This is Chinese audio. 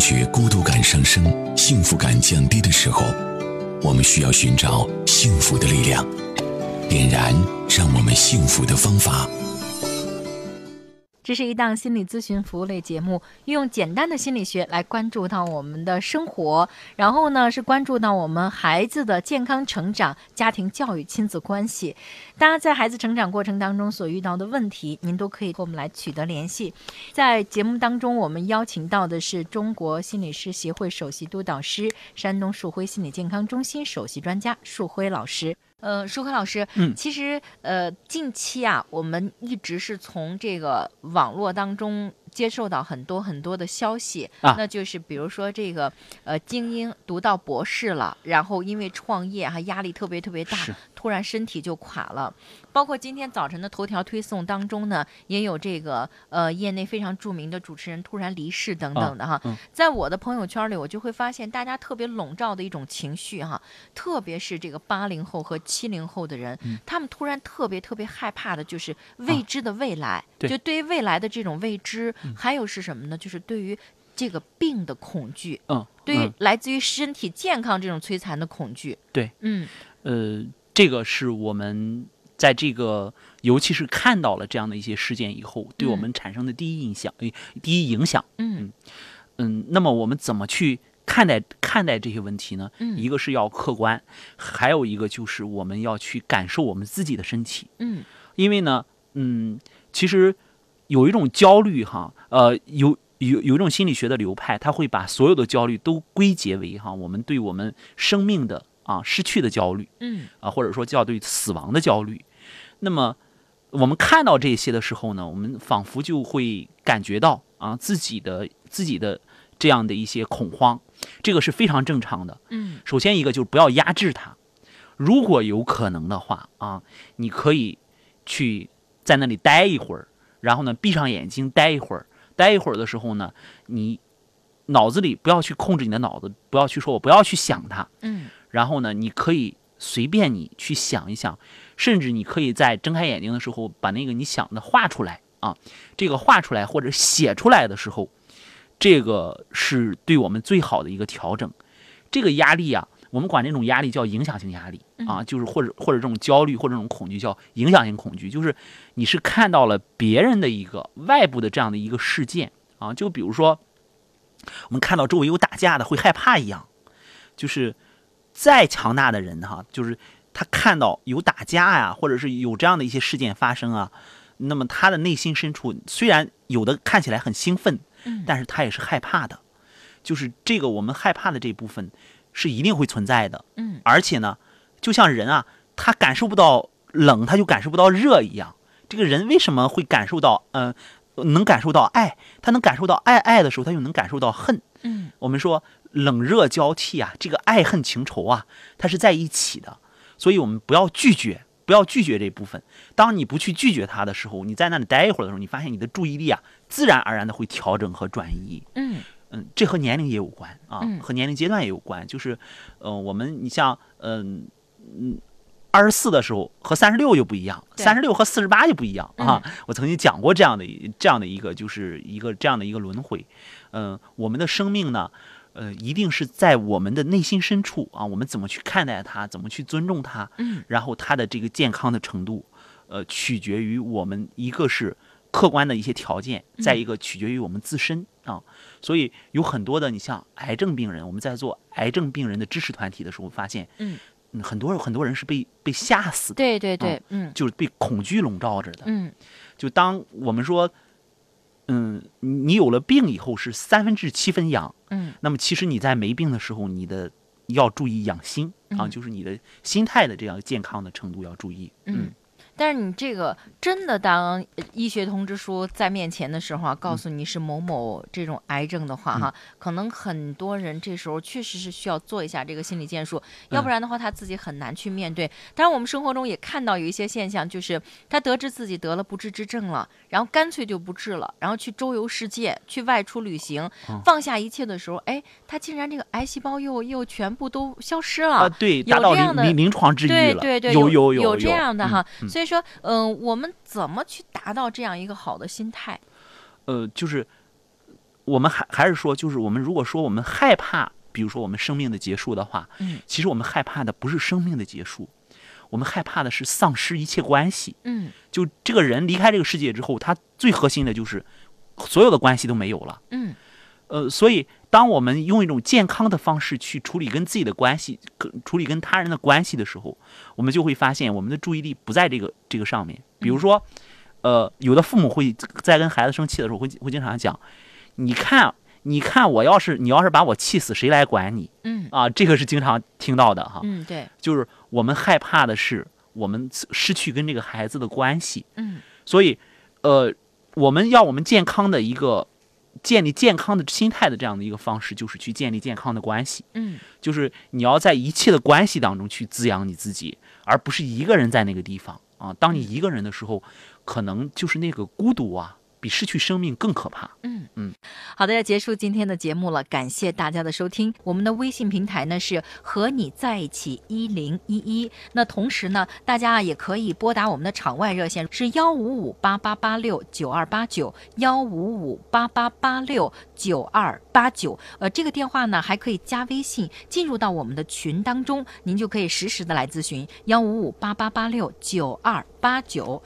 觉孤独感上升、幸福感降低的时候，我们需要寻找幸福的力量，点燃让我们幸福的方法。这是一档心理咨询服务类节目，运用简单的心理学来关注到我们的生活，然后呢是关注到我们孩子的健康成长、家庭教育、亲子关系。大家在孩子成长过程当中所遇到的问题，您都可以和我们来取得联系。在节目当中，我们邀请到的是中国心理师协会首席督导师、山东树辉心理健康中心首席专家树辉老师。呃，舒克老师，嗯其实呃，近期啊，我们一直是从这个网络当中接受到很多很多的消息，啊那就是比如说这个呃，精英读到博士了，然后因为创业哈、压力特别特别大是，突然身体就垮了。包括今天早晨的头条推送当中呢，也有这个呃，业内非常著名的主持人突然离世等等的哈。嗯在我的朋友圈里，我就会发现大家特别笼罩的一种情绪哈，特别是这个八零后和七零后的人，嗯他们突然特别特别害怕的就是未知的未来，啊对嗯就对于未来的这种未知，还有是什么呢？就是对于这个病的恐惧，嗯，对于嗯来自于身体健康这种摧残的恐惧。对，嗯，呃，这个是我们在这个，尤其是看到了这样的一些事件以后，对我嗯们产生的第一印象，呃第一影响。嗯嗯，那么我们怎么去看待看待这些问题呢？嗯一个是要客观，还有一个就是我们要去感受我们自己的身体，嗯因为呢，嗯，其实有一种焦虑哈，呃，有。有有一种心理学的流派，它会把所有的焦虑都归结为哈，我们对我们生命的啊失去的焦虑，嗯啊，或者说叫对死亡的焦虑。那么我们看到这些的时候呢，我们仿佛就会感觉到啊自己的自己的这样的一些恐慌，这个是非常正常的。嗯首先一个就是不要压制它，如果有可能的话啊，你可以去在那里待一会儿，然后呢闭上眼睛待一会儿，待一会儿的时候呢，你脑子里不要去控制你的脑子，不要去说我不要去想它，嗯然后呢，你可以随便你去想一想，甚至你可以在睁开眼睛的时候把那个你想的画出来啊，这个画出来或者写出来的时候，这个是对我们最好的一个调整。这个压力啊，我们管这种压力叫影响性压力啊，就是或者或者这种焦虑或者这种恐惧叫影响性恐惧，就是你是看到了别人的一个外部的这样的一个事件啊，就比如说我们看到周围有打架的会害怕一样，就是再强大的人哈、就是他看到有打架呀、或者是有这样的一些事件发生啊，那么他的内心深处虽然有的看起来很兴奋，但是他也是害怕的，就是这个我们害怕的这部分是一定会存在的，嗯，而且呢，就像人啊，他感受不到冷，他就感受不到热一样，这个人为什么会感受到嗯、呃能感受到爱，他能感受到爱爱的时候，他就能感受到恨，嗯我们说冷热交替啊，这个爱恨情仇啊，它是在一起的，所以我们不要拒绝，不要拒绝这部分。当你不去拒绝它的时候，你在那里待一会儿的时候，你发现你的注意力啊，自然而然的会调整和转移。嗯嗯，这和年龄也有关啊，嗯和年龄阶段也有关。就是，呃，我们你像，嗯、嗯，二十四的时候和三十六就不一样，对嗯三十六和四十八就不一样啊。我曾经讲过这样的一这样的一个，就是一个这样的一个轮回。嗯、我们的生命呢，呃，一定是在我们的内心深处啊，我们怎么去看待它，怎么去尊重它，嗯然后它的这个健康的程度，呃，取决于我们一个是客观的一些条件，嗯再一个取决于我们自身啊。所以有很多的，你像癌症病人，我们在做癌症病人的支持团体的时候，发现，嗯嗯，很多很多人是被被吓死的，对对啊对，嗯就是被恐惧笼罩着的。嗯就当我们说，嗯，你你有了病以后是三分治七分养，嗯那么其实你在没病的时候，你的要注意养心啊，嗯就是你的心态的这样健康的程度要注意。嗯。但是你这个真的当呃医学通知书在面前的时候啊，嗯告诉你是某某这种癌症的话哈、可能很多人这时候确实是需要做一下这个心理建树，要嗯不然的话他自己很难去面对。当然，我们生活中也看到有一些现象，就是他得知自己得了不治之症了，然后干脆就不治了，然后去周游世界，去外出旅行，嗯放下一切的时候，哎，他竟然这个癌细胞又又全部都消失了啊，对，达有到这样的临临临床治愈了，对对对，有有有有这样的嗯哈，所以说，嗯、我们怎么去达到这样一个好的心态？呃，就是我们还还是说，就是我们如果说我们害怕，比如说我们生命的结束的话，嗯其实我们害怕的不是生命的结束，我们害怕的是丧失一切关系。嗯就这个人离开这个世界之后，他最核心的就是所有的关系都没有了。嗯呃，所以当我们用一种健康的方式去处理跟自己的关系，跟处理跟他人的关系的时候，我们就会发现我们的注意力不在这个这个上面。比如说，呃，有的父母会在跟孩子生气的时候会会经常讲：“你看，你看，我要是你要是把我气死，谁来管你嗯啊？”这个是经常听到的哈，嗯，对，就是我们害怕的是我们失去跟这个孩子的关系。嗯所以，呃，我们要我们健康的一个建立健康的心态的这样的一个方式，就是去建立健康的关系，嗯就是你要在一切的关系当中去滋养你自己，而不是一个人在那个地方啊。当你一个人的时候，可能就是那个孤独啊，比失去生命更可怕。嗯嗯，好的，要结束今天的节目了，感谢大家的收听。我们的微信平台呢是和你在一起一零一一，那同时呢，大家啊也可以拨打我们的场外热线是幺五五八八八六九二八九幺五五八八八六九二八九，呃，这个电话呢还可以加微信进入到我们的群当中，您就可以实时的来咨询幺五五八八八六九二八九。